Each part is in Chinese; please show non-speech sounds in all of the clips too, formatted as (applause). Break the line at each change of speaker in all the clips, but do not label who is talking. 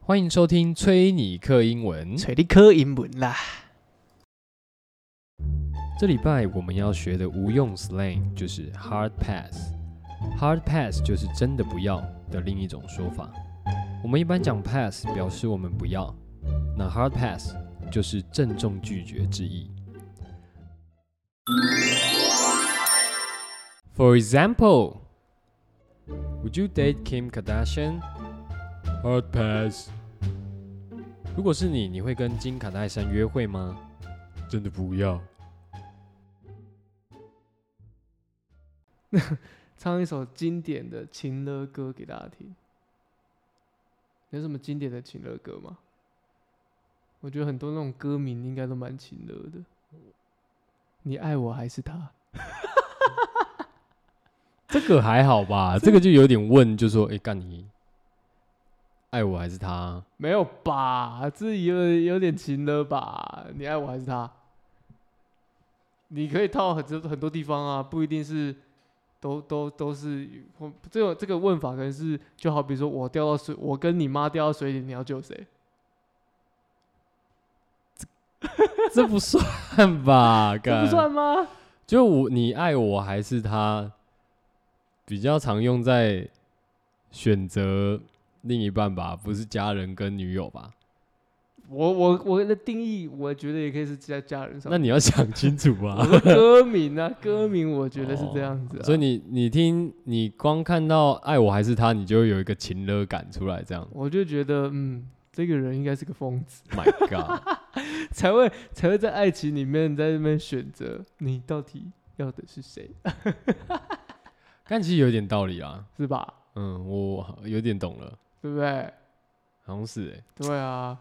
欢迎收听崔尼克英文。
找你考英文啦。
这礼拜我们要学的无用 slang 就是 hard pass。hard pass 就是真的不要的另一种说法。我们一般讲 pass 表示我们不要，那 hard pass 就是郑重拒绝之意。For example, would you date Kim Kardashian? Hard pass。如果是你，你会跟金卡戴珊约会吗？真的不要。
唱一首经典的情乐歌给大家听。有什么经典的情乐歌吗？我觉得很多那种歌名应该都蛮情乐的。你爱我还是他？ (laughs)
这个还好吧， (laughs) 这个就有点问，就说，哎、干你爱我还是
(laughs)
他？
没有吧？这有有点情了吧？你爱我还是他？你可以套很多很多地方啊，不一定是都都都是我这种这个问法，可能是就好比说我掉到水，我跟你妈掉到水里，你要救谁？
这不算
(laughs)
吧？
这
干
不算吗？
就我你爱我还是他，比较常用在选择另一半吧，不是家人跟女友吧？
我我我的定义，我觉得也可以是在家人上
那
面。
你要想清楚啊。哦
我的歌名啊，歌名 (laughs) 我觉得是这样子、啊
所以你你听你光看到爱我还是他，你就会有一个情勒感出来，这样。
我就觉得，嗯，这个人应该是个疯子， (laughs)
My God，
才会才会在爱情里面在那边选择你到底要的是谁，
但其实有点道理啊。
是吧？
嗯，我有点懂了，
对不对？
好像是哎、
对啊，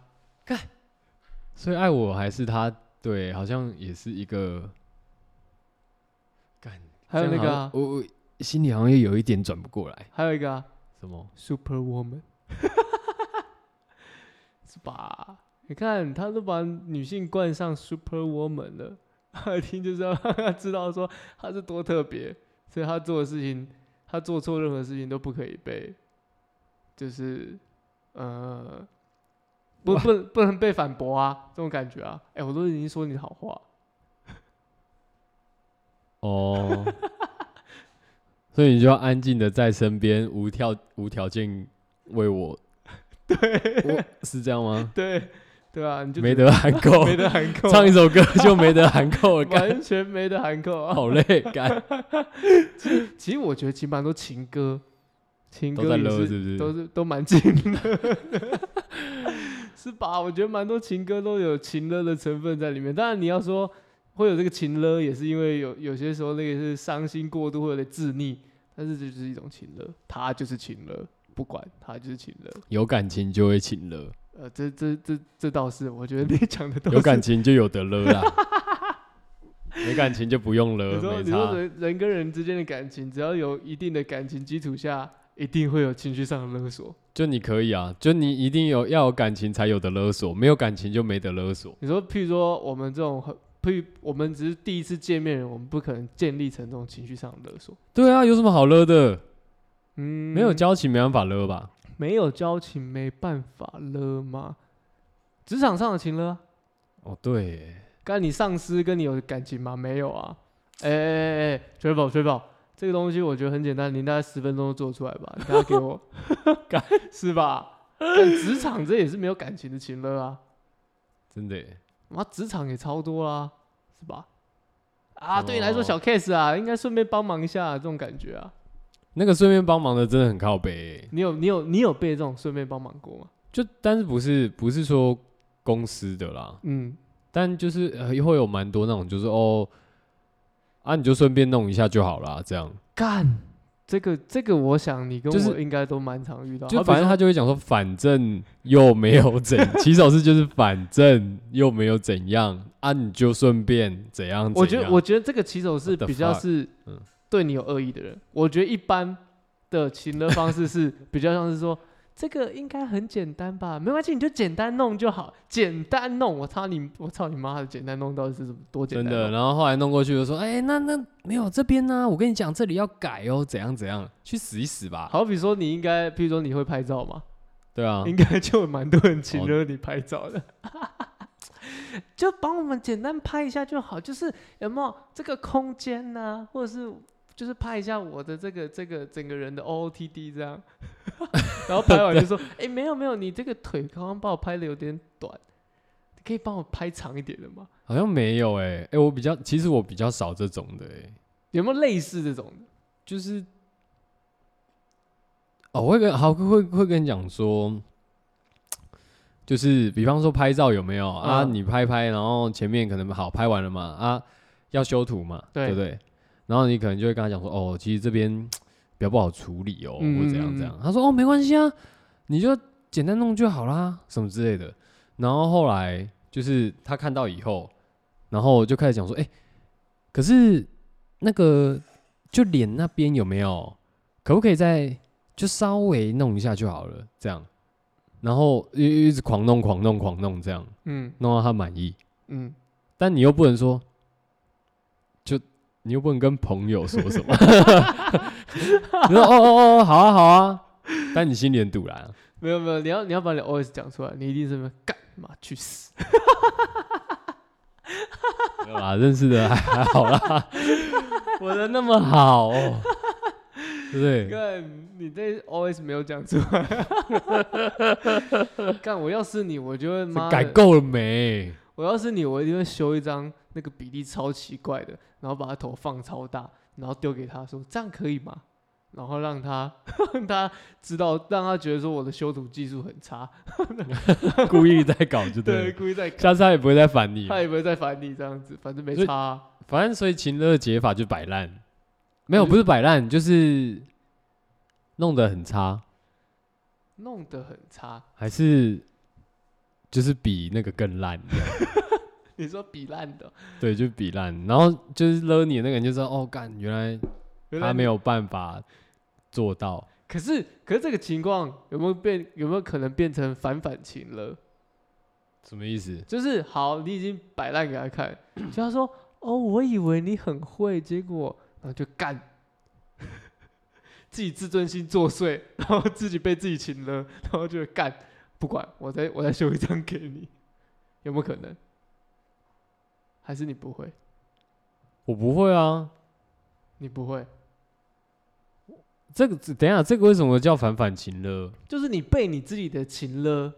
所以爱我还是他，对，好像也是一个干。
还有那
这
个、
样好
啊
像，我我心里好像也有一点转不过来，
还有一个、啊、
什么？
Super Woman，是吧？你看，他都把女性冠上 Super Woman 了，一听就是要让他知道说她是多特别，所以她做的事情，她做错任何事情都不可以被，就是呃，不不能不能被反驳啊，这种感觉啊。哎、我都已经说你好话，
哦， (laughs) 所以你就要安静的在身边，无条无条件为
(laughs)
我，对，是这样吗？
对对啊， (laughs) 你就
没
只能
得喊够，
没得含扣，啊
唱一首歌就没得喊够
(laughs)
了，干，
完全没得含扣啊。
好累，
(laughs)
干，
其实我觉得其实蛮多情歌，情
都
歌
在
也
勒
是
是不是？
都是都蛮情乐的， (laughs) 是吧？我觉得蛮多情歌都有情乐的成分在里面。当然你要说会有这个情乐，也是因为有有些时候那个是伤心过度或者自溺，但是这就是一种情乐，它就是情乐，不管它就是情乐。
有感情就会请了，
呃，这这这这倒是，我觉得你讲的都
有感
是。
情就有得了
(laughs)
啦，没感情就不用
你
了，
说
没
你说
差。
人人跟人之间的感情，只要有一定的感情基础下，一定会有情绪上的勒索。
就你可以啊，就你一定有要有感情才有的勒索，没有感情就没得勒索。
你说，譬如说我们这种很，譬如我们只是第一次见面的人，我们不可能建立成这种情绪上的勒索。
对啊，有什么好勒的？
嗯，
没有交情没办法勒吧？
没有交情，没办法了吗？职场上的情了啊，
哦，对耶，
刚你上司跟你有感情吗？没有啊。哎哎哎哎，追宝追宝，这个东西我觉得很简单，你大概十分钟就做出来吧，你大家给我
(laughs) 干，
是吧？但职场这也是没有感情的情了啊。
真的耶，
妈，职场也超多啦、是吧？啊，
哦
对你来说小 case 啊，应该顺便帮忙一下、这种感觉啊。
那个顺便帮忙的真的很靠北耶，
你有你有你有被这种顺便帮忙过吗？
就但是不是不是说公司的啦，
嗯，
但就是呃会有蛮多那种，就是哦，啊你就顺便弄一下就好啦，这样
干，这个这个，我想你跟
就是
我应该都蛮常遇到。
就
好比
反正他
说
就会讲说，反正又没有怎， (laughs) 起手式就是反正又没有怎样，啊你就顺便怎样怎样，
我觉得我觉得这个骑手是
What the
比较
fuck？
是
嗯
对你有恶意的人。我觉得一般的情的方式是 (laughs) 比较像是说。这个应该很简单吧？没关系，你就简单弄就好。简单弄，我操你！我操你妈的！简单弄到底是什么多简
真
单？啊
的，然后后来弄过去就说，哎、那那没有这边呢、我跟你讲这里要改哦，怎样怎样，去死一死吧。
好比说，你应该，譬如说你会拍照嘛，
对啊，
应该就蛮多人请
哦
了你拍照的。 (laughs) 就帮我们简单拍一下就好，就是有没有这个空间呐、或者是就是拍一下我的这个这个整个人的 OOTD 这样， (laughs) 然后拍完就说， (laughs) 哎、没有没有，你这个腿刚刚把我拍的有点短，你可以帮我拍长一点的吗？
好像没有哎、欸、哎、我比较其实我比较少这种的哎、
有没有类似这种的？
就是哦，我会跟好会会跟你讲说，就是比方说拍照有没有啊？
嗯
你拍拍，然后前面可能好拍完了嘛啊，要修图嘛，
对
不对？然后你可能就会跟他讲说，哦，其实这边比较不好处理哦，
嗯
或怎样怎样。他说哦，没关系啊，你就简单弄就好啦，什么之类的。然后后来就是他看到以后，然后就开始讲说，哎、可是那个就脸那边有没有，可不可以再就稍微弄一下就好了，这样。然后一一直狂弄狂弄狂弄这样，
嗯
弄到他满意。
嗯，
但你又不能说，就你又不能跟朋友说什
(laughs)
么，你说哦哦哦哦，好啊好啊，但你心里很堵然、啊，
没有没有，你要你要把你 OS 讲出来，你一定是干嘛去死？
没有
啊
啦，啊认识的还还好啦，我的那么好、哦，对不对？
干，你这 OS 没有
(laughs)
讲出来。干，我要是你，我就会妈
这
的
改够了没？
我要是你，我一定会修一张那个比例超奇怪的，然后把他头放超大，然后丢给他说这样可以吗？然后让他 (laughs) 让他知道，让他觉得说我的修图技术很差，
故意在搞就对
对，
了，
故意在搞，
下次他也不会再烦你了。
他也不会再烦你这样子，反正没
所以
差啊、
反正所以秦乐的解法就摆烂，没有
嗯
不是摆烂，就是弄得很差，
弄得很差。
还是就是比那个更烂，这样
你说比烂的，
对，就比烂。然后就是勒你的那个人就知道，哦，干，原来
原来
他没
有。
有办法做到。
可是可是这个情况有没有变？有没有可能变成反反情了？
什么意思？
就是好，你已经摆烂给他看，就他说哦，我以为你很会，结果然后就干， (laughs) 自己自尊心作祟， (laughs) 然后自己被自己请了，然后就干，不管我再我再修一张给你，有没有可能？还是你不会？
我不会啊，
你不会？
这个等一下这个为什么叫反反秦勒？
就是你被你自己的情了，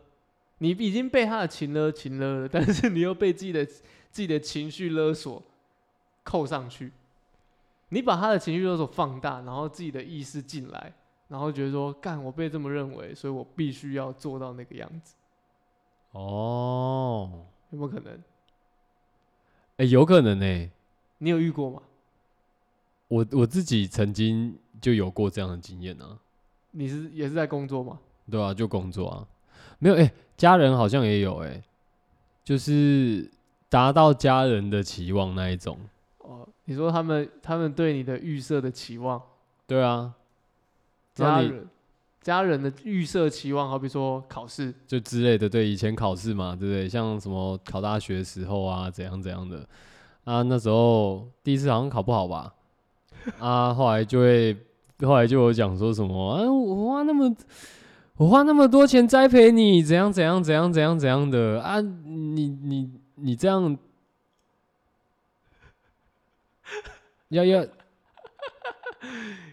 你已经被他的情了情了了，但是你又被自己的自己的情绪勒索扣上去，你把他的情绪勒索放大，然后自己的意识进来，然后觉得说，干，我被这么认为，所以我必须要做到那个样子，
哦，
有没有可能？
哎、有可能呢、
你有遇过吗？
我我自己曾经就有过这样的经验啊。
你是也是在工作吗？
对啊，就工作啊，没有哎、家人好像也有哎、就是达到家人的期望那一种。
哦，你说他们他们对你的预设的期望，
对啊，
家
那你
人家人的预设期望，好比说考试，
就之类的，对，以前考试嘛，对不对？像什么考大学的时候啊，怎样怎样的啊，那时候第一次好像考不好吧，啊，后来就会，后来就有讲说什么啊，我花那么。我花那么多钱栽培你，怎样怎样怎样怎样怎样的啊？你你你这样， (laughs) 要要，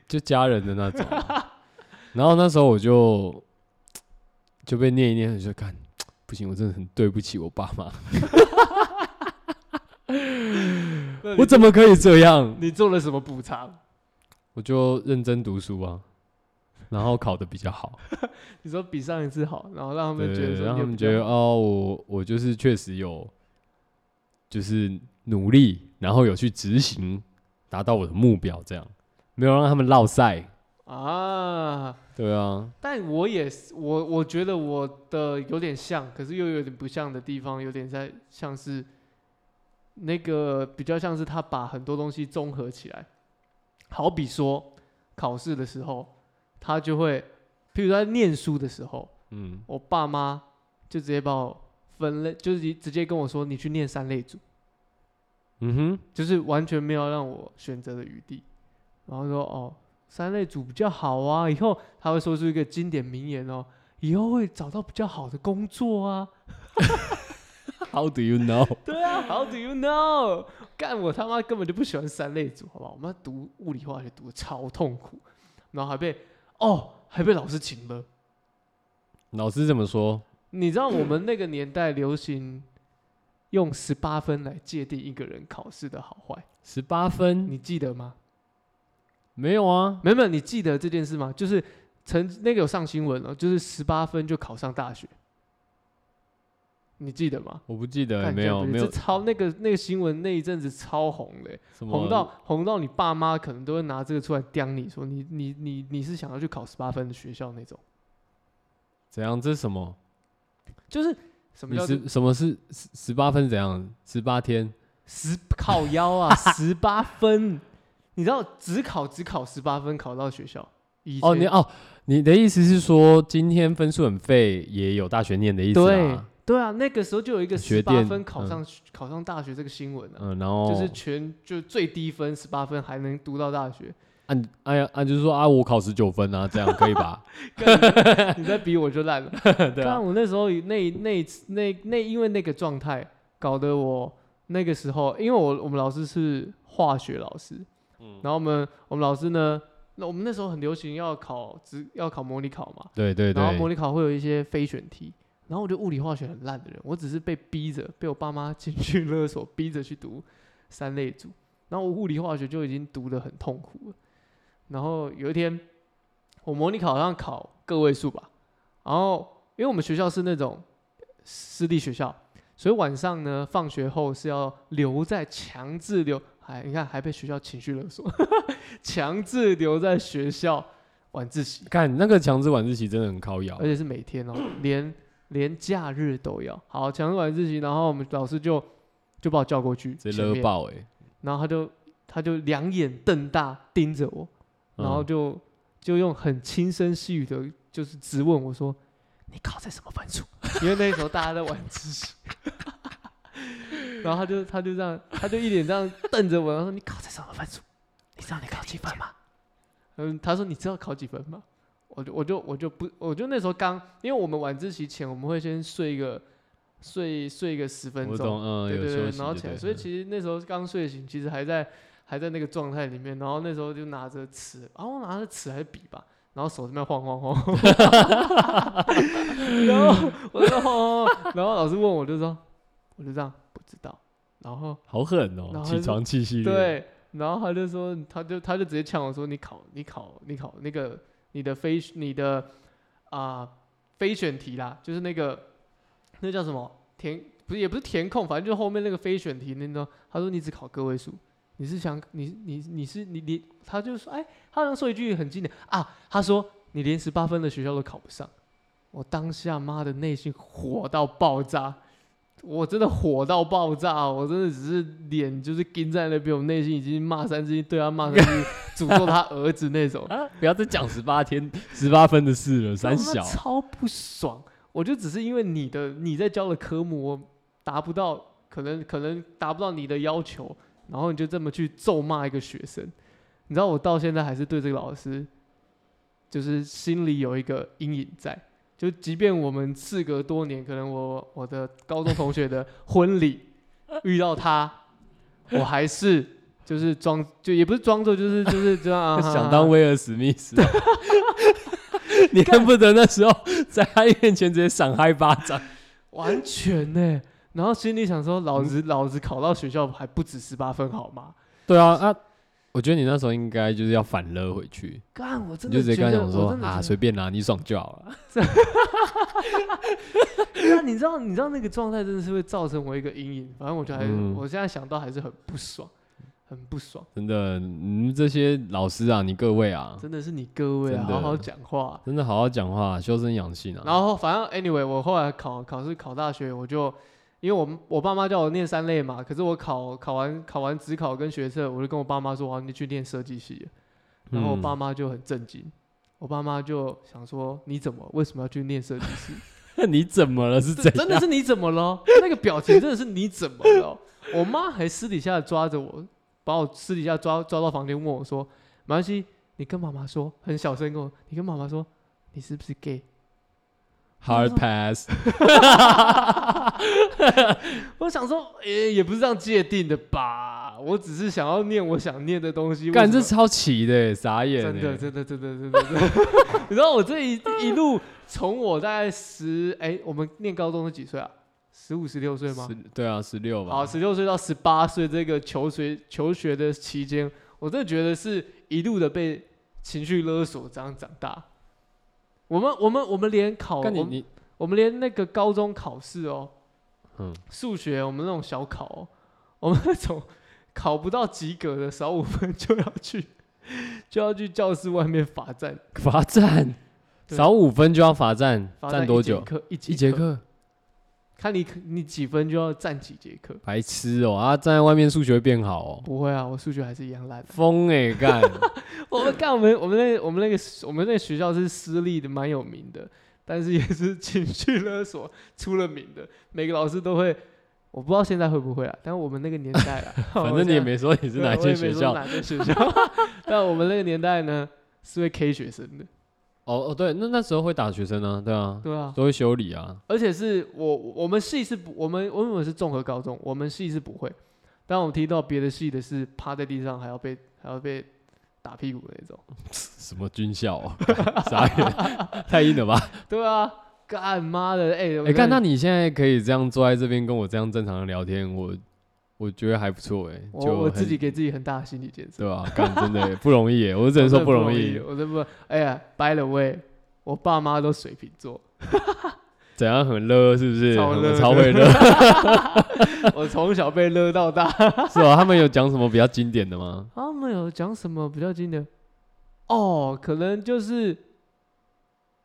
就家人的那种。啊然后那时候我就就被念一念，就看不行，我真的很对不起我爸妈， (laughs)
那你
我怎么可以这样？
你做了什么补偿？
我就认真读书啊，然后考的比较好，
你说比上一次好，然后 (laughs) 让他
对
们觉得说
让他
你有
们
比
觉得
较好
哦，我我就是确实有，就是努力，然后有去执行，达到我的目标，这样没有让他们落赛，
啊，
对啊，
但我也是我我觉得我的有点像，可是又有点不像的地方，有点在像是那个比较像是他把很多东西综合起来，好比说考试的时候，他就会，譬如说在念书的时候，
嗯，
我爸妈就直接把我分类，就是直接跟我说你去念三类组。
嗯哼，
就是完全没有让我选择的余地。然后说哦，三类组比较好啊，以后他会说出一个经典名言哦，以后会找到比较好的工作啊。
How do you know？
对啊，How do you know？干我他妈根本就不喜欢三类组，好不好？我妈读物理化学读的超痛苦，然后还被哦还被老师请了。
老师怎么说？
你知道我们那个年代流行用十八分来界定一个人考试的好坏，
十八分
你记得吗？
没有啊？
没有，没有你记得这件事吗？就是曾那个有上新闻哦，就是十八分就考上大学，你记得吗？
我不记得，
干
没有
这
没有
这超那个那个新闻那一阵子超红的欸、
什么
红到红到你爸妈可能都会拿这个出来刁你说你你你你是想要去考十八分的学校那种，
怎样？这是什么？
就是什么
你
叫做
十什么是十十八分？怎样？十八天？
十靠腰
(laughs)
啊，十八分，你知道只考只考十八分考到学校，以
哦，
前
你哦，你的意思是说今天分数很废，也有大学念的意思
对
啊？
对啊，那个时候就有一个
学
十八
电
分考
嗯
上、考上大学这个新闻啊，
嗯，然后
就是全就最低分十八分还能读到大学，
按哎呀，按就是说啊，我考十九分啊，这样可以吧？ (laughs)
你再比我就烂了。
对
但
啊，
我那时候那那那那因为那个状态，搞得我那个时候，因为我我们老师是化学老师，
嗯
然后我们我们老师呢，那我们那时候很流行要考只要考模拟考嘛，
对对
然后模
对，
拟考会有一些非选题，然后我觉得物理化学很烂的人，我只是被逼着，被我爸妈情绪勒索，逼着去读三类组，然后我物理化学就已经读得很痛苦了。然后有一天，我模拟考上考个位数吧，然后因为我们学校是那种私立学校，所以晚上呢放学后是要留在强制留，还你看还被学校情绪勒索， (laughs) 强制留在学校晚自习。
看那个强制晚自习真的很靠摇
而，且是每天
(coughs)
哦，连连假日都要。好，强制晚自习，然后我们老师就就把我叫过去
直接
前
勒
面，
爆哎，
然后他就他就两眼瞪大盯着我，
嗯
然后就、就用很轻声细语的，就是质问我说：“你考在什么分数？”
(laughs)
因为那时候大家在晚自习。然后他就他就这样，他就一脸这样瞪着我，然后说：“你考在什么分数？你知道你考几分吗？”嗯，他说：“你知道考几分吗？”我就我就我就不，我就那时候刚，因为我们晚自习前我们会先睡一个睡睡一个十分
我
钟，
懂，嗯，
对
有
对
休
对，
息
然后
就
起来，
对
所以
嗯
其实那时候刚睡醒，其实还在还在那个状态里面，然后那时候就拿着尺，然后拿着尺还是笔吧，然后手这边晃晃晃， (laughs) 然后我在晃晃晃， (laughs) 然后老师问我就说，我就这样不知道，然后
好狠哦
然，后
起
就
床气系列，
对，然后他就说，他就他就直接呛我说，你考你考你考那个你的非你的啊、非选题啦，就是那个那叫什么填不是也不是填空，反正就是后面那个非选题那种。他说你只考个位数，你是想你你你是你你，他就说哎，他好像说一句很经典啊，他说你连十八分的学校都考不上。我当下妈的内心火到爆炸，我真的火到爆炸，我真的只是脸就是盯在那边，我内心已经骂三字经，对他骂三字经，诅咒他儿子那种，
啊，不要再讲十八天十八分的
(laughs)
事了，三
他妈
小、
超不爽。啊我就只是因为你的你在教的科目我达不到，可能可能达不到你的要求，然后你就这么去咒骂一个学生，你知道我到现在还是对这个老师，就是心里有一个阴影在。就即便我们事隔多年，可能我我的高中同学的婚礼遇到他，我还是就是装就也不是装作就是就是这样、啊
(laughs) 想当威尔史密斯。 (laughs) 你恨不得那时候在他面前直接赏他一巴掌，
完全呢、然后心里想说，老子、老子考到学校还不止十八分好吗？
对啊啊！我觉得你那时候应该就是要反勒回去，
干，我真
你
的
就直接
觉
跟他
得
讲
我
说
真的
啊，
觉
随便啦，你爽就好了。
得啊那你知道你知道那个状态真的是会造成我一个阴影，反正我觉得还是、
嗯
我现在想到还是很不爽，很不爽，
真的，你们这些老师啊，你各位啊，
真的是你各位啊，
真的
好好讲话、
真的好好讲话，修身养性啊。
然后反正 anyway，我后来考考试考大学，我就因为我我爸妈叫我念三类嘛，可是我考考完考完职考跟学测，我就跟我爸妈说我要去念设计系了，然后我
嗯
爸妈就很震惊，我爸妈就想说你怎么为什么要去念
(laughs)
设计系？
(laughs) 你怎么了？是
这
怎
真的
样？
是你怎么了？那个表情真的是你怎么了？我妈还私底下抓着我，把我私底下抓抓到房间问我说：“没关系，你跟妈妈说，很小声跟我，你跟妈妈说，你是不是 gay？”
(laughs) hard pass，
(laughs) 我想说，诶、也不是这样界定的吧？我只是想要念我想念的东西。
干
为什
这
么
超奇的耶，傻眼欸
真
耶
的，真的，真的，真的，真的。 (laughs) 你知道我这一一路从我大概十哎、我们念高中是几岁啊？十五、十六岁吗
十？对啊，十六吧
好，，十六岁到十八岁这个求学求学的期间，我真的觉得是一路的被情绪勒索这样长大。我们我们我们连考，我
干你
们
你
我们连那个高中考试哦，
嗯，
数学我们那种小考、哦， (laughs) 我们那种考不到及格的少五分就要去 (laughs) 就要去教室外面罚站，
罚站
对
少五分就要罚站，
罚站
站
一
多
节
久？
课一节
一节
课，
课，
看你你几分就要站几节课。
白痴哦啊！站在外面数学会变好哦，
不会啊，我数学还是一样
(laughs)
烂。
疯哎干，，
(laughs) 我们干我们我们那我们那个我们那个学校是私立的，蛮有名的，但是也是情绪勒索出了名的，每个老师都会。我不知道现在会不会啊，但我们那个年代啊
(laughs) 反正你也没说你是
对啊
哪
我也
间学
没说
校。
哪间学
(laughs)
校？ (laughs) 但我们那个年代呢，是会 K 学生的，
哦哦，对，那那时候会打学生啊，对啊，
对啊，
都会修理啊。
而且是我我们系是不，我们我们是综合高中，我们系是不会，但我听到别的系的是趴在地上还要被还要被打屁股的那种，
什么军校啊？傻眼，太硬了吧？
对啊，干妈的，哎、我
哎，看，
真的
那你现在可以这样坐在这边跟我这样正常的聊天，我我觉得还不错哎，就
我我
很
自己给自己很大的心理建设，
对吧？干真的耶欸不容易耶，我只能
我
说
真的
不容
易，
易。
我真不，哎呀，by the way，我爸妈都水瓶座，
怎样很勒是不是？
超勒
我
的
超会勒
我从小被勒到大，
是吧？他们有讲什么比较经典的
(laughs)
吗？
他们有讲什么比较经典？哦，可能 (laughs) 就是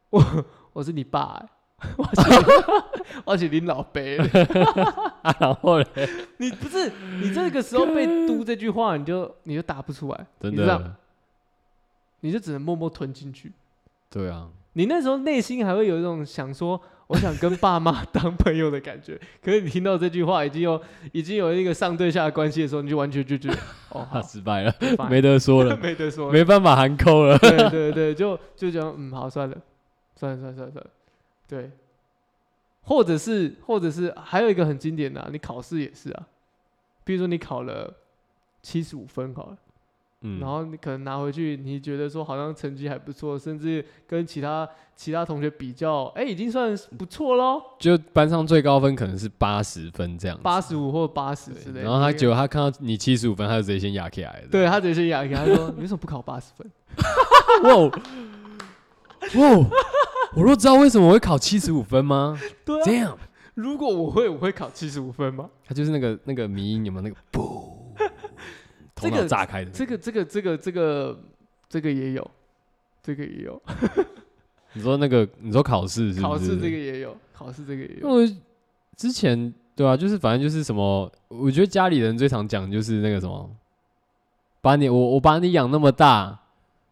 我我是你爸、欸， (laughs) 我是我是你 (laughs) 老伯欸、
啊，然后嘞，
(laughs) 你不是你这个时候被嘟这句话，你就你就答不出来，
真
你知道
的，
你就只能默默吞进去。
对啊，
你那时候内心还会有一种想说，我想跟爸妈当朋友的感觉。 (laughs) 可是你听到这句话，已经有已经有一个上对下的关系的时候，你就完全就觉得，哦，
他
(laughs) 好，
失败了，
fine
没得说了
(laughs) ，没得说了，
没办法含扣 (laughs)
(laughs)
了。
对对对，就就讲嗯，好，算了，算了，算了，算了，算了，对。或者是，或者是还有一个很经典的啊、你考试也是啊，比如说你考了七十五分好了，
嗯
然，后你可能拿回去，你觉得说好像成绩还不错，甚至跟其他其他同学比较，哎，已经算是不错喽，
就班上最高分可能是八十分这样子。
八十五或八十之类
嗯对
的。
然后他
你
结果他看到你七十五分，他就直接先压起来了。
对他直接哑给他说，你 (laughs) 为什么不考八十分？
哇哦，哇哦！我若知道为什么我会考七十五分吗
对啊，
？Damn，
如果我会，我会考七十五分吗？
他就是那个那个迷音有没有那个不？头
(laughs) 这个
脑炸开的那
这
个。
个这个这个这个这个也有，这个也有，
你说那个，你说考试是不是？嗯
考试这个也有，考试这个也
因
有。
为我之前对啊，就是反正就是什么，我觉得家里人最常讲就是那个什么，把你我我把你养那么大，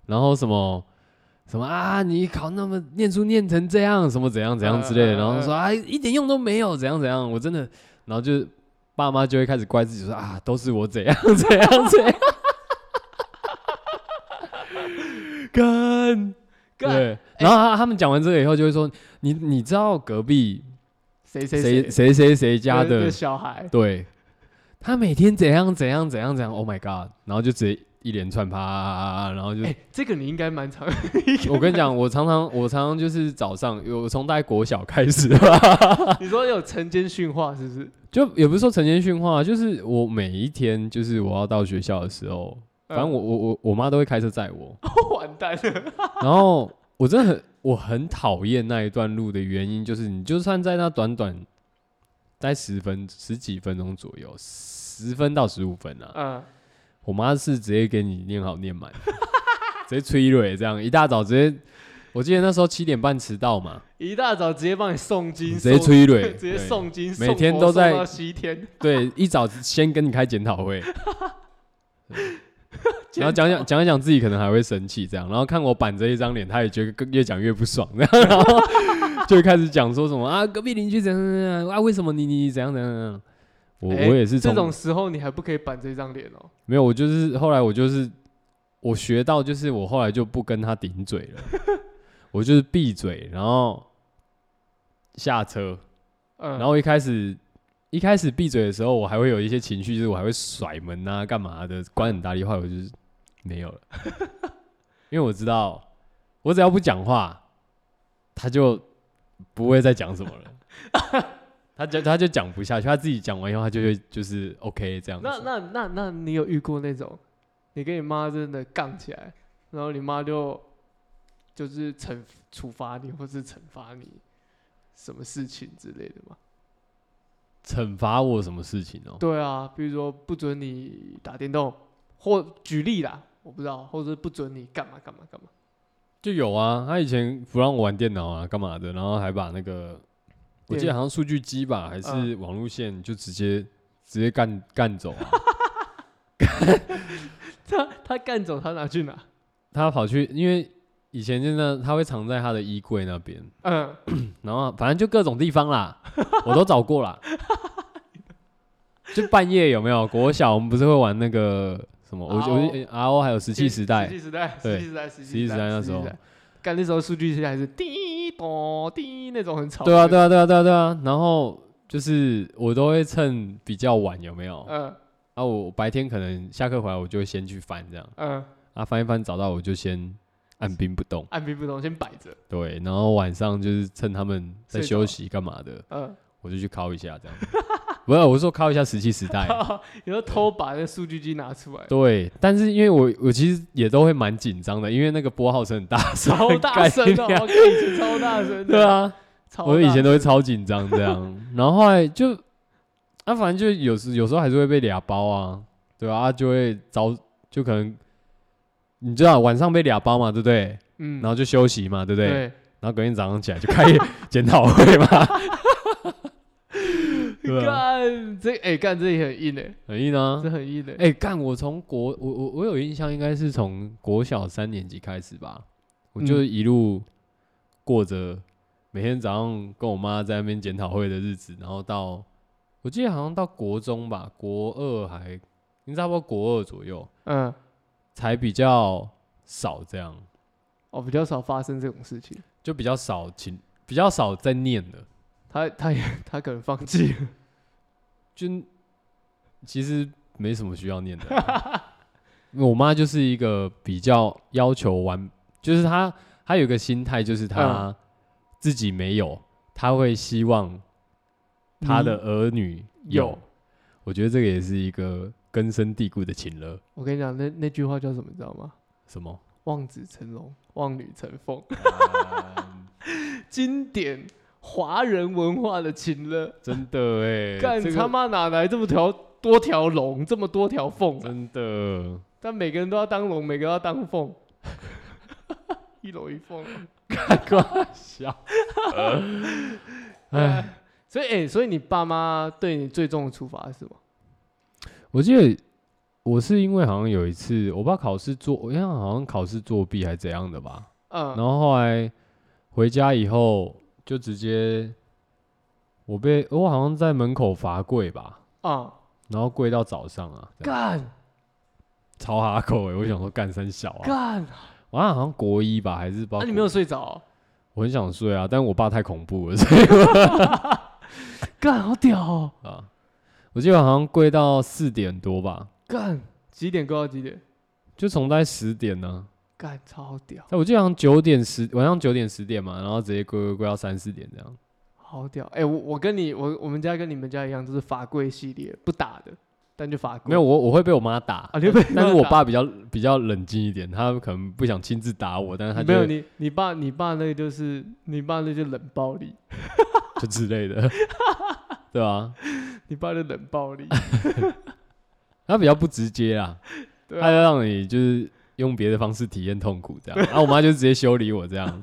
然后什么什么啊，你考那么念书念成这样，什么怎样怎样之类的，
嗯嗯嗯
然后说啊一点用都没有，怎样怎样，我真的，然后就爸妈就会开始怪自己说啊，都是我怎样 (laughs) 怎样怎样。干
干
对，然后他他们讲完这个以后就会说，你你知道隔壁
谁谁
谁谁谁谁家
的
的，
小孩，
对，他每天怎样怎样怎样怎样，Oh my god！然后就直接一连串啪，然后就、
哎，这个你应该蛮
(laughs)
常，
我跟你讲，我常常我常常就是早上，我从大概国小开始 (laughs) 吧，
你说有晨间训话是不 (laughs) 是？
就也不是说成天训话，就是我每一天就是我要到学校的时候，反正我我我我妈都会开车载我，
我完蛋了，
然后我真的很我很讨厌那一段路的原因，就是你就算在那短短待十分十几分钟左右，十分到十五分啊，
嗯，
我妈是直接给你念好念满， (laughs) 直接催蕊这样，一大早直接，我记得那时候七点半迟到嘛，
一大早直接帮你诵经，
直接
送 (laughs)
催蕊，
直接
对
诵经，
每
送
天
佛
都
送
在
到西天，
对，一早先跟你开检讨
(laughs)
会，对然后讲讲讲一讲自己可能还会生气这样，然后看我板着一张脸，他也觉得更越讲越不爽， (laughs) 然后然后就开始讲说什么啊，隔壁邻居怎样怎样怎样啊，为什么你你怎样怎样怎样，我、
哎
我也是
这
从
种时候你还不可以板这张脸哦，
没有，我就是后来我就是我学到，就是我后来就不跟他顶嘴了，我就是闭嘴，然后下车，
嗯，
然后一开始一开始闭嘴的时候，我还会有一些情绪，就是我还会甩门啊、干嘛的，关很大力，后来我就是没有了， (laughs) 因为我知道我只要不讲话，他就不会再讲什么了。 (laughs) 他就他就讲不下去，他自己讲完以后，他就会就是 OK 这样子。
那那那那你有遇过那种，你跟你妈真的杠起来，然后你妈就就是惩处罚你，或是惩罚你什么事情之类的吗？
惩罚我什么事情哦、
对啊，比如说不准你打电动，或举例啦，我不知道，或者是不准你干嘛干嘛
(laughs)
干嘛。
就有啊，他以前不让我玩电脑啊，干嘛的，然后还把那个，我记得
电
好像数据机吧，还是
嗯
网路线，就直接直接干干走 (laughs) 啊。
他他干走，他拿去哪？
他跑去，因为以前真的他会藏在他的衣柜那边， (laughs)
嗯，
然后反正就各种地方 (laughs) 啦，我都找过啦。就半夜有没有？国小我们不是会玩那个什么？我我
RO
R O 还有石器时代
石，器时代，
对
石器时代，石
石器时代那时候
石器时代干那时候数据机还是滴咚滴那种很吵。
对啊对，啊对啊对啊对啊。然后就是我都会趁比较晚有没有？
嗯
啊，我白天可能下课回来，我就会先去翻这样，
嗯，
啊，翻一翻找到我就先按兵不动，
按兵不动，先摆着。
对，然后晚上就是趁他们在
睡着
休息干嘛的，
嗯，
我就去敲一下这样， (laughs) 不是，我是说敲一下石器时
(laughs)
代，
有时候偷把那数据机拿出来，
对，但是因为我我其实也都会蛮紧张的，因为那个拨号声很大声，
超大声
干
哦，
你娘
我跟以前超大声的。
对，啊，
超
我以前
大
都会超紧张这样，然后后来就啊，反正就有时有时候还是会被俩包啊，对啊，啊就会早就可能你知道晚上被俩包嘛，对不对？
嗯
然后就休息嘛，对不对？
对，
然后隔天早上起来就开 (laughs) 检讨会嘛， (laughs) 对
(laughs)
啊，
干这哎干这也很硬哎，
很硬啊
这。很硬哎。
哎、干！我从国我我我有印象，应该是从国小三年级开始吧，我就
嗯
一路过着每天早上跟我妈在那边检讨会的日子，然后到我记得好像到国中吧，国二还你差不多国二左右
嗯，
才比较少这样，
哦，比较少发生这种事情。
就比较少请比较少在念了，
他他也 (laughs) 他可能放弃 (laughs) 了，
就其实没什么需要念的啊。因为我妈就是一个比较要求完，就是她她有一个心态，就是
嗯
她自己没有，她会希望她的儿女
你
有
有。。
我觉得这个也是一个根深蒂固的情了。
我跟你讲，那那句话叫什么，你知道吗？
什么？
望子成龙，望女成凤，
啊
(laughs) 经典华人文化的情了。
真的哎、
干
这个
他妈哪来这么条多条龙，这么多条凤啊？
真的
但每个人都要当龙，每个人都要当凤， (laughs) 一龙一凤啊。
笑。哎，
哎，所以哎、所以你爸妈对你最重的处罚是什么？
我记得我是因为好像有一次，我爸考试作，我印象好像考试作弊还是怎样的吧。然
嗯，
后后来回家以后，就直接我被我好像在门口罚跪吧，
啊，
然后跪到早上啊，这样
干
超哈口哎、我想说干三小啊，
干，
我好像国一吧，还是包、
那你没有？睡着哦、
我很想睡啊，但我爸太恐怖了，所以
干好屌哦、
啊，我记得好像跪到四点多吧，
干几点过到几点？
就从大概十点呢、
干超屌，
我记得好像九点十，晚上九点十点嘛，然后直接跪跪跪到三四点这样。
好屌！哎、我我跟你我我们家跟你们家一样，就是法规系列，不打的，但就法规。
没有我，我会被我妈打，
哦啊，你被
但是我爸比较比较冷静一点，他可能不想亲自打我，但是他
没
就
有你，你爸你爸那个就是你爸那就冷暴力，
就之类的， (laughs) 对啊，
你爸就冷暴力，
他比较不直接啊，
对
他
啊，
要让你就是用别的方式体验痛苦这样。然后我妈就直接修理我这
(laughs)
样，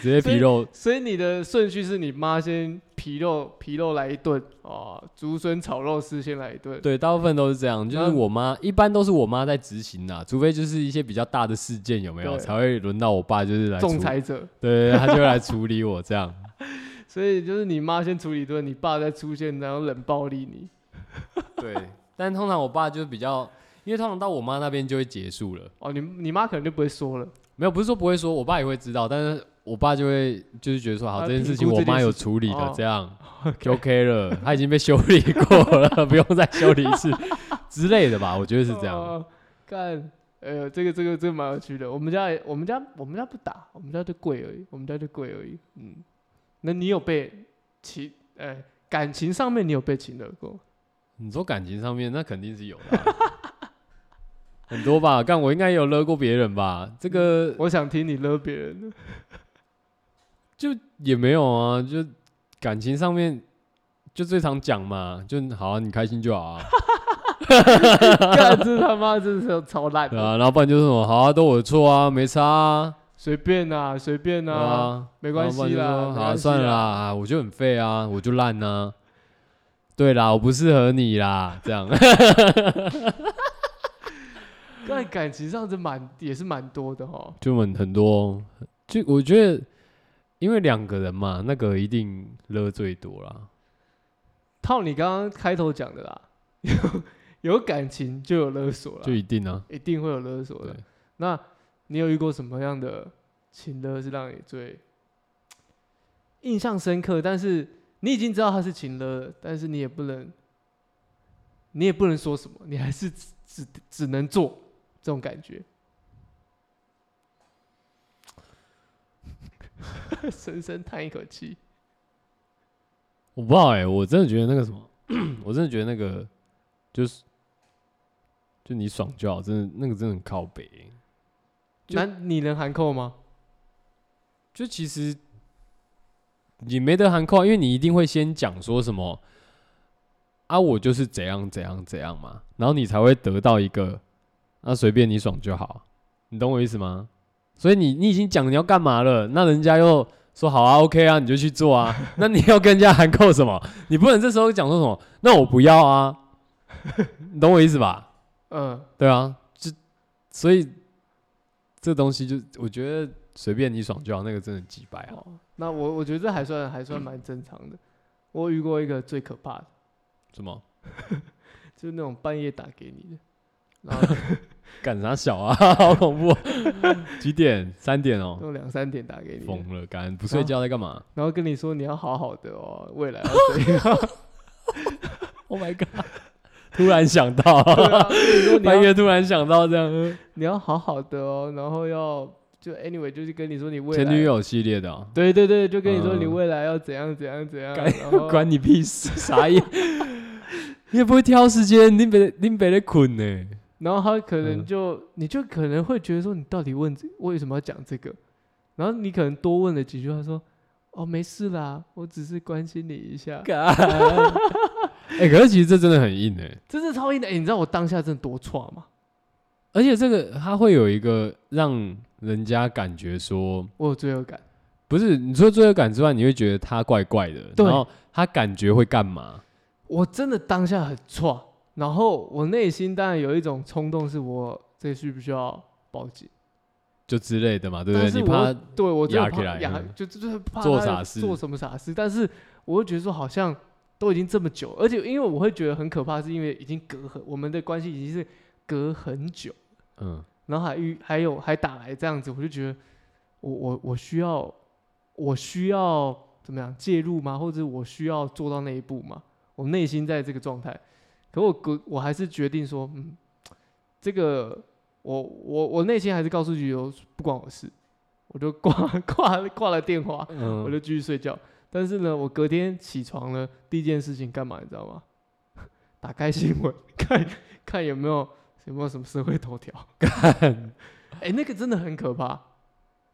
直接皮肉，
所以你的顺序是你妈先皮肉皮肉来一顿哦，竹笋炒肉丝先来一顿，
对，大部分都是这样，就是
那
我妈一般都是我妈在执行啦，除非就是一些比较大的事件有没有，
对
才会轮到我爸就是来
仲
处
裁者，
对，他就会来处理我这样。
所以就是你妈先处理一顿，你爸再出现然后冷暴力你，
对，但通常我爸就是比较，因为通常到我妈那边就会结束了。
哦，你你妈可能就不会说了，
没有，不是说不会说，我爸也会知道，但是我爸就会就是觉得说，好
他
这件
评
事情
估
我
这件
妈有
事
处理了
哦，
这样就 OK 了，他已经被修理过了， (laughs) 不用再修理一次之类的吧？我觉得是这样。
哦。干，哎呦，这个这个这个蛮有趣的。我们家也我们家我们家不打，我们家就跪而已，我们家就跪而已。嗯，那你有被情哎感情上面你有被情勒过？
你说感情上面，那肯定是有的啊很多吧？干我应该也有勒过别人吧？这个
我想听你勒别人的。
也没有啊，就感情上面就最常讲嘛，就好、啊、你开心就好啊，
干，这他妈真是超
(laughs)
烂
对
的。
啊，然后不然就是什么好啊，都我的错啊，没差啊，
随便啦，随便
对
啦，
啊，
没关系啦
然后不然就说
没
好、
关系
算了
啦
啦，啊我就很废啊，我就烂啊，对啦，我不适合你啦，这样， (laughs)
但感情上是蛮也是蛮多的哦哈。
就很很多，就我觉得，因为两个人嘛，那个一定勒最多啦，
套你刚刚开头讲的啦， (laughs) 有有感情就有勒索
就
了，
一定啊，
一定会有勒索的
对。
那你有遇过什么样的情勒是让你最印象深刻？但是你已经知道他是情勒了，但是你也不能，你也不能说什么，你还是只只只能做这种感觉。 (laughs) 深深叹一口气，
我不知道哎、我真的觉得那个什么， (coughs) 我真的觉得那个就是就你爽就好，真的那个真的很靠北欸、就
那你能含扣吗？
就其实你没得含扣啊，因为你一定会先讲说什么啊，我就是怎样怎样怎样嘛，然后你才会得到一个那、随便你爽就好，你懂我意思吗？所以你你已经讲你要干嘛了，那人家又说好啊，OK 啊，你就去做啊， (laughs) 那你要跟人家含扣什么？你不能这时候讲说什么，那我不要啊，你懂我意思吧？
嗯，
对啊，这所以这东西就我觉得随便你爽就好，那个真的几百啊，
哦，那我我觉得这还算还算蛮正常的。我遇过一个最可怕的，
什么
就是那种半夜打
(laughs)
给你的，然后
干啥小啊， (laughs) 好恐怖哦、几点？三点哦、
都两三点打给你的，
疯了，干
啊
不睡觉在干嘛
然后跟你说你要好好的哦，未来要 (laughs) 怎样？
？Oh my god！突 (laughs) 然想到，
对啊跟你说
(laughs)
你
半
要
夜突然想到这样，呃
你要好好的哦，然后要就 anyway 就是跟你说你未来
前女，友系列的、哦
对对对，就跟你说你
嗯
未来要怎样怎样怎样，
干
然后
关你屁
(laughs)
事，啥也你也不会挑时间，你别你别得困呢。
然后他可能
嗯
就、你就可能会觉得说你到底问这为什么要讲这个，然后你可能多问了几句，他说哦没事啦，我只是关心你一下，
干
(laughs)
(laughs) 哎、可是其实这真的很硬哎、
这是超硬的。哎、你知道我当下真的多错吗？
而且这个它会有一个让人家感觉说，
我有罪恶感，
不是你说罪恶感之外，你会觉得他怪怪的，
对
然后他感觉会干嘛？
我真的当下很错，然后我内心当然有一种冲动，是我这需不需要报警？
就之类的嘛，对不
但
对？
是
你
我
怕
对我真的
压起
怕
来
压
嗯，
就就是怕
做
他
傻事
做什么傻事。但是我又觉得说，好像都已经这么久，而且因为我会觉得很可怕，是因为已经隔很，我们的关系已经是隔很久，
嗯，
然后还遇还有还打来这样子，我就觉得我我我需要我需要怎么样介入吗？或者我需要做到那一步吗？我内心在这个状态，可我我我还是决定说，嗯，这个我我我内心还是告诉自己说不关我事，我就挂 (laughs) 挂挂了电话，
嗯
我就继续睡觉。但是呢，我隔天起床了，第一件事情干嘛？你知道吗？打开新闻，看看有没有有没有什么社会头条。哎、那个真的很可怕，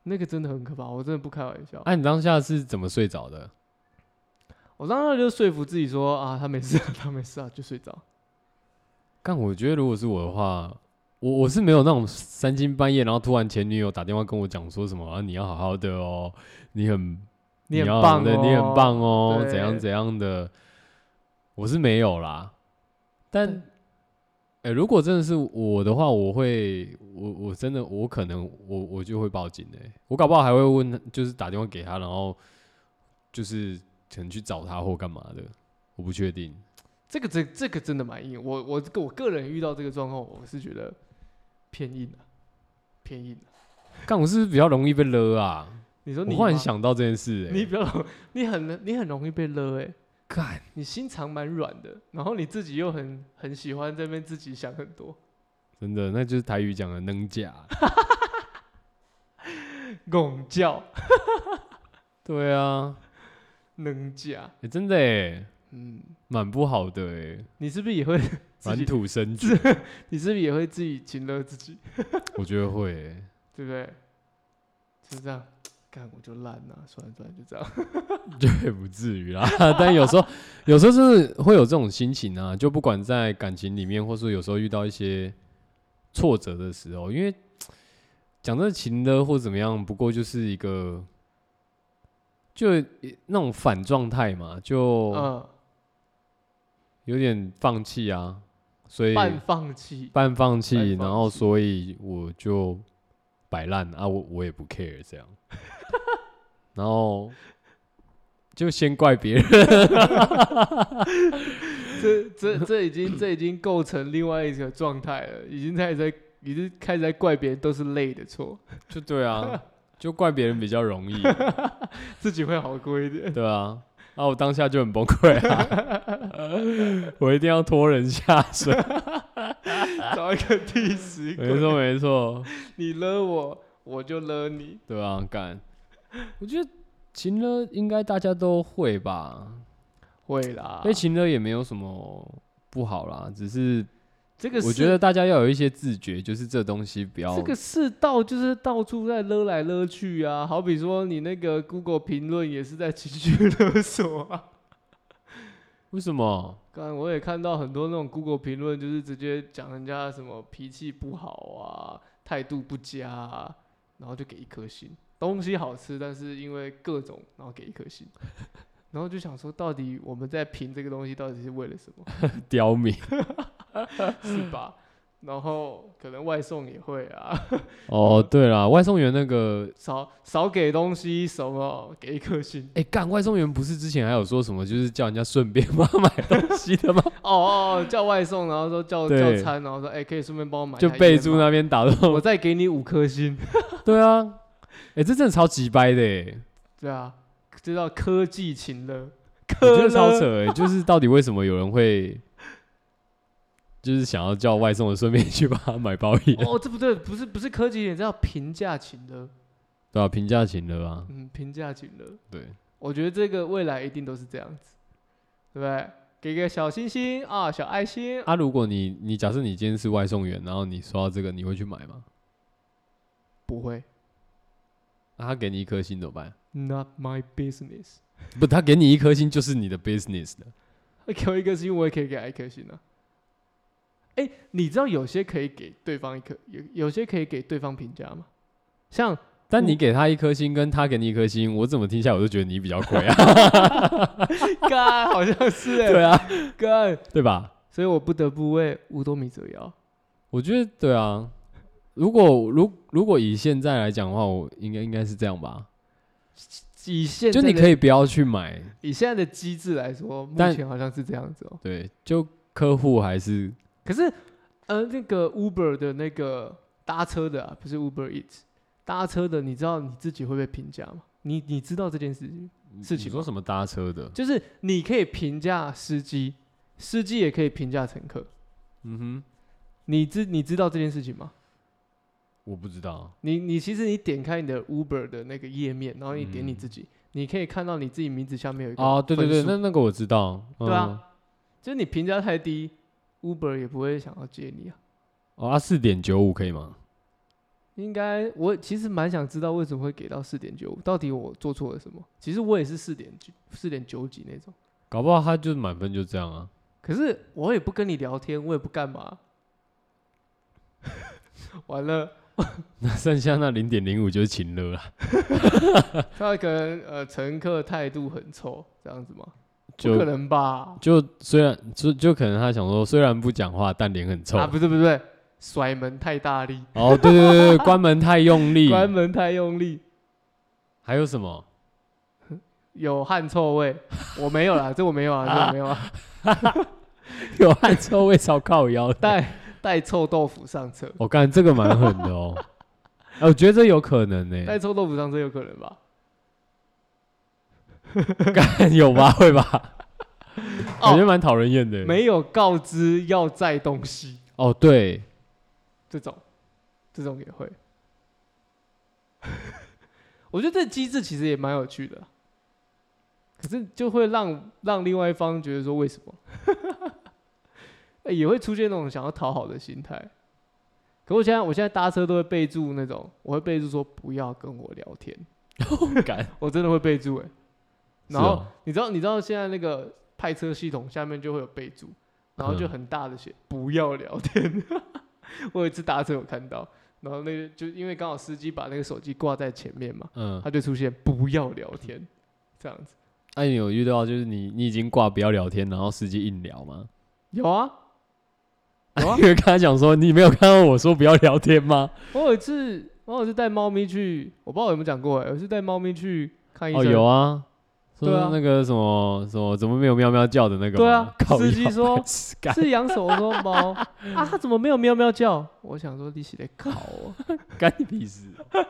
那个真的很可怕，我真的不开玩笑。
啊，你当下是怎么睡着的？
我当时就说服自己说啊，他没事啊，他没事啊，就睡着。
但我觉得如果是我的话，我我是没有那种三更半夜，然后突然前女友打电话跟我讲说什么啊，你要好好的哦，你很
你很
要好
棒
的
哦，
你很棒哦，
对
怎样怎样的，我是没有啦。但，
对
哎、如果真的是我的话，我会，我我真的，我可能我我就会报警的、我搞不好还会问他，就是打电话给他，然后就是可能去找他或干嘛的，我不确定。
这个这这个真的蛮硬。我我这个我个人遇到这个状况，我是觉得偏硬的、偏硬的、啊
看我是不是比较容易被勒啊？
你说
我
你
忽然
吗，
想到这件事、欸，
你比较你很你很容易被勒哎、
干
你心肠蛮软的，然后你自己又很很喜欢这边自己想很多，
真的，那就是台语讲的啊能假。
(laughs) 拱叫
对啊，
能假，
欸、真的哎，
嗯，
蛮不好的哎，
你是不是也会 (laughs) 自
蛮
己？
土
(laughs)
生子，
你是不是也会自己亲勒自己？
我觉得会、欸。 (laughs)
对不对？就是这样，干我就烂了、算了算了，就这样。
对，不至于啦。 (laughs) 但有时候，有时候真的会有这种心情啊，就不管在感情里面，或是有时候遇到一些挫折的时候，因为讲真的情的或怎么样，不过就是一个就那种反状态嘛，就
嗯，
有点放弃啊，所以
半放弃，
半放弃，
半放
然后
弃
所以我就摆烂啊，我我也不 care 这样， (laughs) 然后就先怪别人。 (laughs)
这这这已经这已经构成另外一个状态了，已经开始在已经开始在怪别人都是累的错，
就对啊，就怪别人比较容 (laughs) 易，
自己会好过一
(laughs)
点。
对啊。啊，我当下就很崩溃啊！ (laughs) 我一定要拖人下水，
找一个替死
(laughs) 没
鬼，
错没错，
你勒我，我就勒你。
对啊，干！我觉得情勒应该大家都会吧，
会啦
因，为情勒也没有什么不好啦，只是
这个
我
世
觉得大家要有一些自觉，就是这东西不要
这个世道就是到处在勒来勒去啊，好比说你那个 Google 评论也是在情绪勒索啊。 (laughs)
为什么
刚我也看到很多那种 Google 评论，就是直接讲人家什么脾气不好啊，态度不佳啊，然后就给一颗星。东西好吃，但是因为各种，然后给一颗星。 (laughs) 然后就想说，到底我们在评这个东西，到底是为了什么， (laughs)
刁民
是吧？然后可能外送也会啊，
哦，对啦，外送员那个，
少少给东西什么给一颗星。
哎、干，外送员不是之前还有说什么，就是叫人家顺便 (laughs) 帮他买东西的吗？
哦哦，哦，叫外送，然后说叫叫
对
餐，然后说哎、可以顺便帮我买一
就
下
备
烟
注
吗，
那边打到
我，再给你五颗星。 (laughs)
对啊，哎、这真的超级掰的、欸，
对啊，这叫科技情
(laughs)
了，
我觉
科
得超
了，
扯哎、就是到底为什么有人会，就是想要叫外送的顺便去帮他买包烟，
哦，这不对，不是不是科技情，这叫评价情了，
对吧、啊？平价情了啊，
嗯，评价情了，
对，
我觉得这个未来一定都是这样子，对不对？给个小星星啊，小爱心，
啊，如果你你假设你今天是外送员，然后你收到这个，你会去买吗？
不会
啊、他给你一颗星怎么办？
，Not my business。
不，他给你一颗星就是你的 business 的，
给我一颗星，我也可以给他一颗星啊。哎、你知道有些可以给对方一颗，有有些可以给对方评价吗？像
但你给他一颗星，跟他给你一颗星，我怎么听下来我都觉得你比较贵啊，
(laughs) 干，好像是哎、
(laughs) 对啊，
干，
对吧？
所以我不得不为五斗米折腰。
我觉得对啊，如果如如果以现在来讲的话，我应该应该是这样吧，
以现
就
在
你
的
可以不要去买，
以现在的机制来说，目
但
前好像是这样子哦、
对，就客户还是
可是，呃，那个 Uber 的那个搭车的、啊，不是 Uber Eat 搭车的，你知道你自己会被评价吗？你你知道这件事情，事情
你说
吗
什么搭车的，
就是你可以评价司机，司机也可以评价乘客。
嗯哼，
你知你知道这件事情吗？
我不知道，
你你其实你点开你的 Uber 的那个页面，然后你点你
嗯
自己，你可以看到你自己名字下面有一个
哦，对对对，
分数
那那个我知道，嗯、
对啊，就是你评价太低，Uber 也不会想要接你啊。
哦啊，四点九五可以吗？
应该我其实蛮想知道为什么会给到四点九五，到底我做错了什么？其实我也是四点九四点九几那种，
搞不好他就是满分就这样啊， (laughs)
可是我也不跟你聊天，我也不干嘛。 (laughs) 完了，
那剩下那零点零五就是情乐啊啦，
他可能呃乘客态度很臭这样子吗？不可
就
能吧？
就虽然就就可能他想说，虽然不讲话，但脸很臭。
啊，不是不是不是，甩门太大力，
哦，对对对对，关门太用力。
关门太用力，
还有什么？
有汗臭味。我没有啦，这我没有啊，这我没有啊。
有汗臭味超靠腰的。
带带臭豆腐上车，
我干、这个蛮狠的哦。哎、我觉得这有可能呢、
带臭豆腐上车有可能吧？
干 (laughs) 有吧？会吧？
哦
感觉蛮讨人厌的。
没有告知要载东西
哦，对，
这种，这种也会。我觉得这机制其实也蛮有趣的啊，可是就会让让另外一方觉得说为什么， (laughs) 欸也会出现那种想要讨好的心态。可我现在我现在搭车都会备注那种，我会备注说不要跟我聊天，
干。
我真的会备注哎、
是
(laughs) 然后
哦
你知道，你知道现在那个派车系统下面就会有备注，然后就
嗯
很大的写、不要聊天。 (laughs) 我有一次搭车有看到，然后那个就因为刚好司机把那个手机挂在前面嘛，
嗯，
他就出现不要聊天这样子。
那、你有遇到就是你你已经挂不要聊天，然后司机硬聊吗？
有啊，
(laughs)
有啊
因为跟他讲说你没有看到我说不要聊天吗？
我有一次，我有一次带猫咪去，我不知道有没有讲过哎、我是带猫咪去看医生。
哦，有啊，说
对啊
那个什么什么怎么没有喵喵叫的那个吗，
对啊
靠
司机
腰
说
干 (laughs)
是养什么猫啊？它怎么没有喵喵叫？我想说你是在考哦。
干你屁
(laughs)
事哦，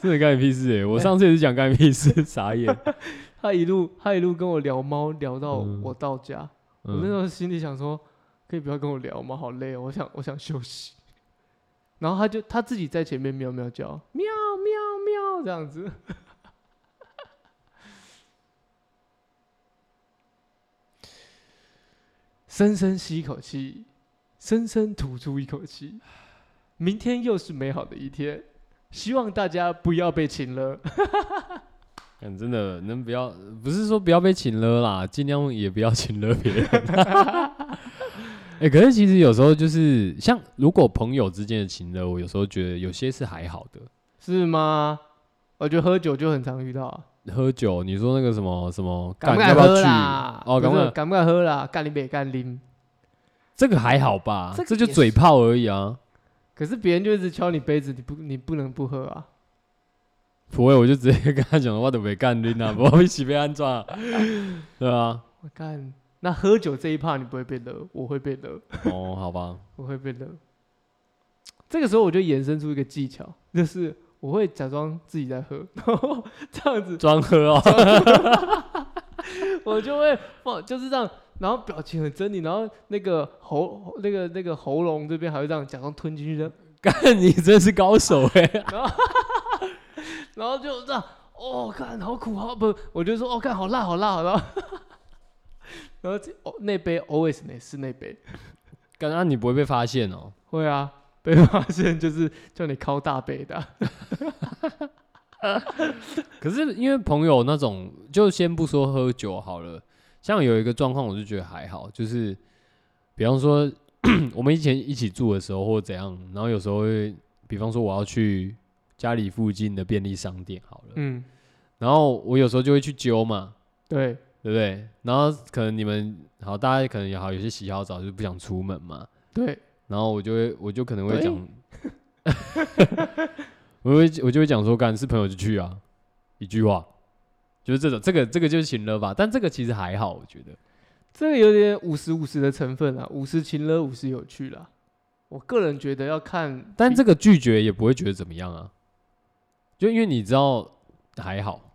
真的干你屁事哎！我上次也是讲干你屁
(laughs)
事，傻眼。
他一路他一路跟我聊猫，聊到
嗯
我到家。我那时
嗯，
候心里想说，可以不要跟我聊吗？好累、哦，我想我想休息。然后他就他自己在前面喵喵叫，喵喵喵这样子。 (laughs) 深深吸一口气，深深吐出一口气。明天又是美好的一天，希望大家不要被请了。
干真的能不要，不是说不要被请了啦，尽量也不要请了别
(laughs)
人。哎、可是其实有时候就是像如果朋友之间的情了，我有时候觉得有些是还好的。
是吗？我觉得喝酒就很常遇到啊，
喝酒，你说那个什么什么，
敢不
干要
敢
不要
喝
去？
啦？
哦，
不
敢不
是
敢？
敢不敢喝啦？干你别干拎，
这个还好吧，
这个
这就
也
嘴炮而已啊。
可是别人就一直敲你杯子，你不你不能不喝啊。
不会，我就直接跟他讲，我都没干你啊， (laughs) 不我一起被安 (laughs) 装，啊对啊。
我干，那喝酒这一趴你不会被勒，我会被勒，
哦，好吧，
我会被勒。这个时候我就衍生出一个技巧，就是我会假装自己在喝，然后 (laughs) 这样子
装喝哦。 (laughs)
我就会放就是这样，然后表情很狰狞，然后那个喉那个那个喉咙这边还会这样假装吞进去的，
干，你真是高手哎、
然后就这样，哦，看好苦，好不，我就说，哦，看好辣，好辣， (laughs) 然后，然后这哦那杯 always 呢是那杯，
(laughs) 干，那、你不会被发现哦。
会啊，被发现就是叫你敲大杯的啊、
可是因为朋友那种，就先不说喝酒好了，像有一个状况，我就觉得还好，就是比方说 (clears throat) 我们以前一起住的时候或怎样，然后有时候会，比方说我要去家里附近的便利商店好了，
嗯，
然后我有时候就会去揪嘛，
对，
对不对？然后可能你们好，大家可能也好，有些洗好澡就不想出门嘛，
对，
然后我就会，我就可能会
对
讲， (laughs) 我会我就会讲说，干是朋友就去啊，一句话，就是这种，这个这个就行了吧？但这个其实还好，我觉得，
这个有点五十五十的成分啊，五十情了，五十有趣啦。我个人觉得要看，
但这个拒绝也不会觉得怎么样啊，就因为你知道还好，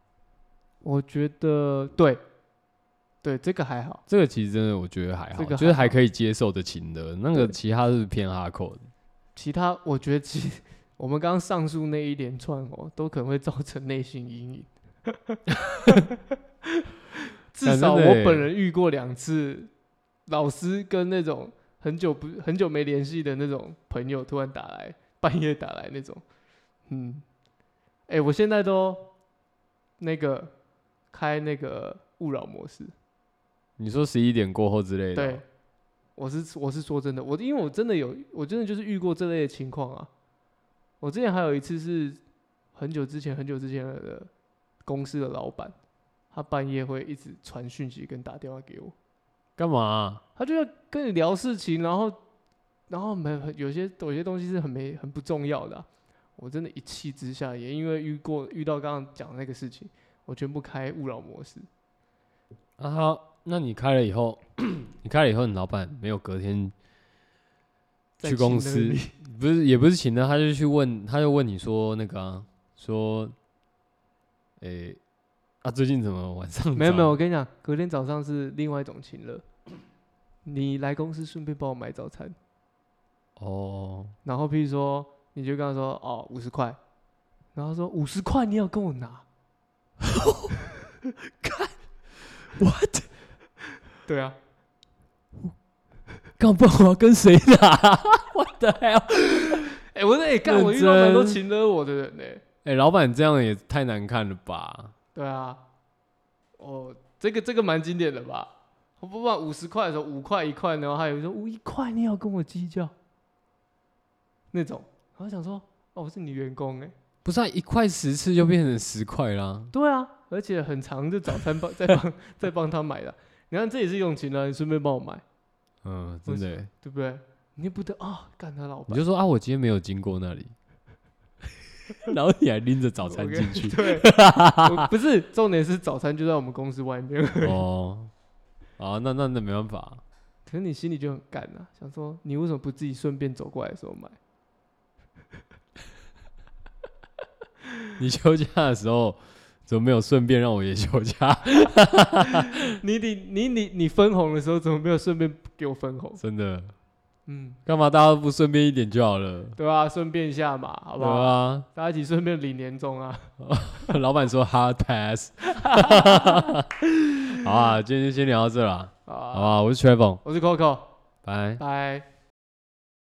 我觉得对，对，这个还好。
这个其实真的我觉得还好，
这个
就是
还
还
好
可以接受的情的，那个
对
其他是偏哈扣的，
其他我觉得其 (laughs) 我们刚刚上述那一连串哦，都可能会造成内心阴影。 (laughs) 至
讲真
少
的
我
耶
本人遇过两次，老师跟那种很久不很久没联系的那种朋友突然打来，半夜打来那种，嗯，哎、我现在都那个开那个勿扰模式，
你说十一点过后之类的，
对，，我是我是说真的，我因为我真的有，我真的就是遇过这类的情况啊。我之前还有一次是很久之前很久之前的公司的老板，他半夜会一直传讯息跟打电话给我，
干嘛啊、
他就要跟你聊事情，然后然后没有些有些东西是很没很不重要的啊、我真的一气之下，也因为遇过遇到刚刚讲的那个事情，我全部开勿扰模式。
啊好，那你开了以后， (clears throat) 你开了以后，你老板没有隔天
在
去公
请了
司
你，
不是也不是请的，他就去问，他就问你说那个、啊、说，诶、啊，最近怎么晚 (laughs) 上
没有没有，
找
我跟你讲，隔天早上是另外一种情乐。你来公司顺便帮我买早餐，
哦，
然后譬如说，你就跟他说哦五十块，然后他说五十块你要跟我拿， (laughs)
我
对啊，
干不然我要跟谁打？ (laughs) 我的 hell！
哎、我说哎干、我遇到
认
蛮多
真
情勒我的人呢、
哎，老板这样也太难看了吧？
对啊，哦，这个这个蛮经典的吧？我不管五十块的时候，五块一块，然后还有人说五一块你要跟我计较，那种，然后想说哦我是你员工哎、
不是、啊、一块十次就变成十块啦。
对啊，而且很长，就早
(laughs)
餐帮再帮再帮他买的，你看这也是一种情啊，你顺便帮我买，
嗯，真的
为什
欸，
对不对？你也不得啊，干、他老
你
板，
就说啊，我今天没有经过那里， (laughs) 然后你还拎着早
我
餐
跟
进去
对，
(laughs)
我不是重点是早餐就在我们公司外面，
哦。啊，那那那没办法，
可是你心里就很干啊，想说你为什么不自己顺便走过来的时候买？
(laughs) 你休假的时候怎么没有顺便让我也休假？ (laughs)
你你你你你分红的时候怎么没有顺便给我分红？
真的，
嗯，
干嘛大家都不顺便一点就好了？
对吧、啊？顺便一下嘛，好不好？
对啊，
大家一起顺便领年终啊。
(laughs) 老板说 hard pass，好啊，今天就先聊到这啦，好
啊，
啊，我是 Trevor，
我是 Coco，
拜。
拜。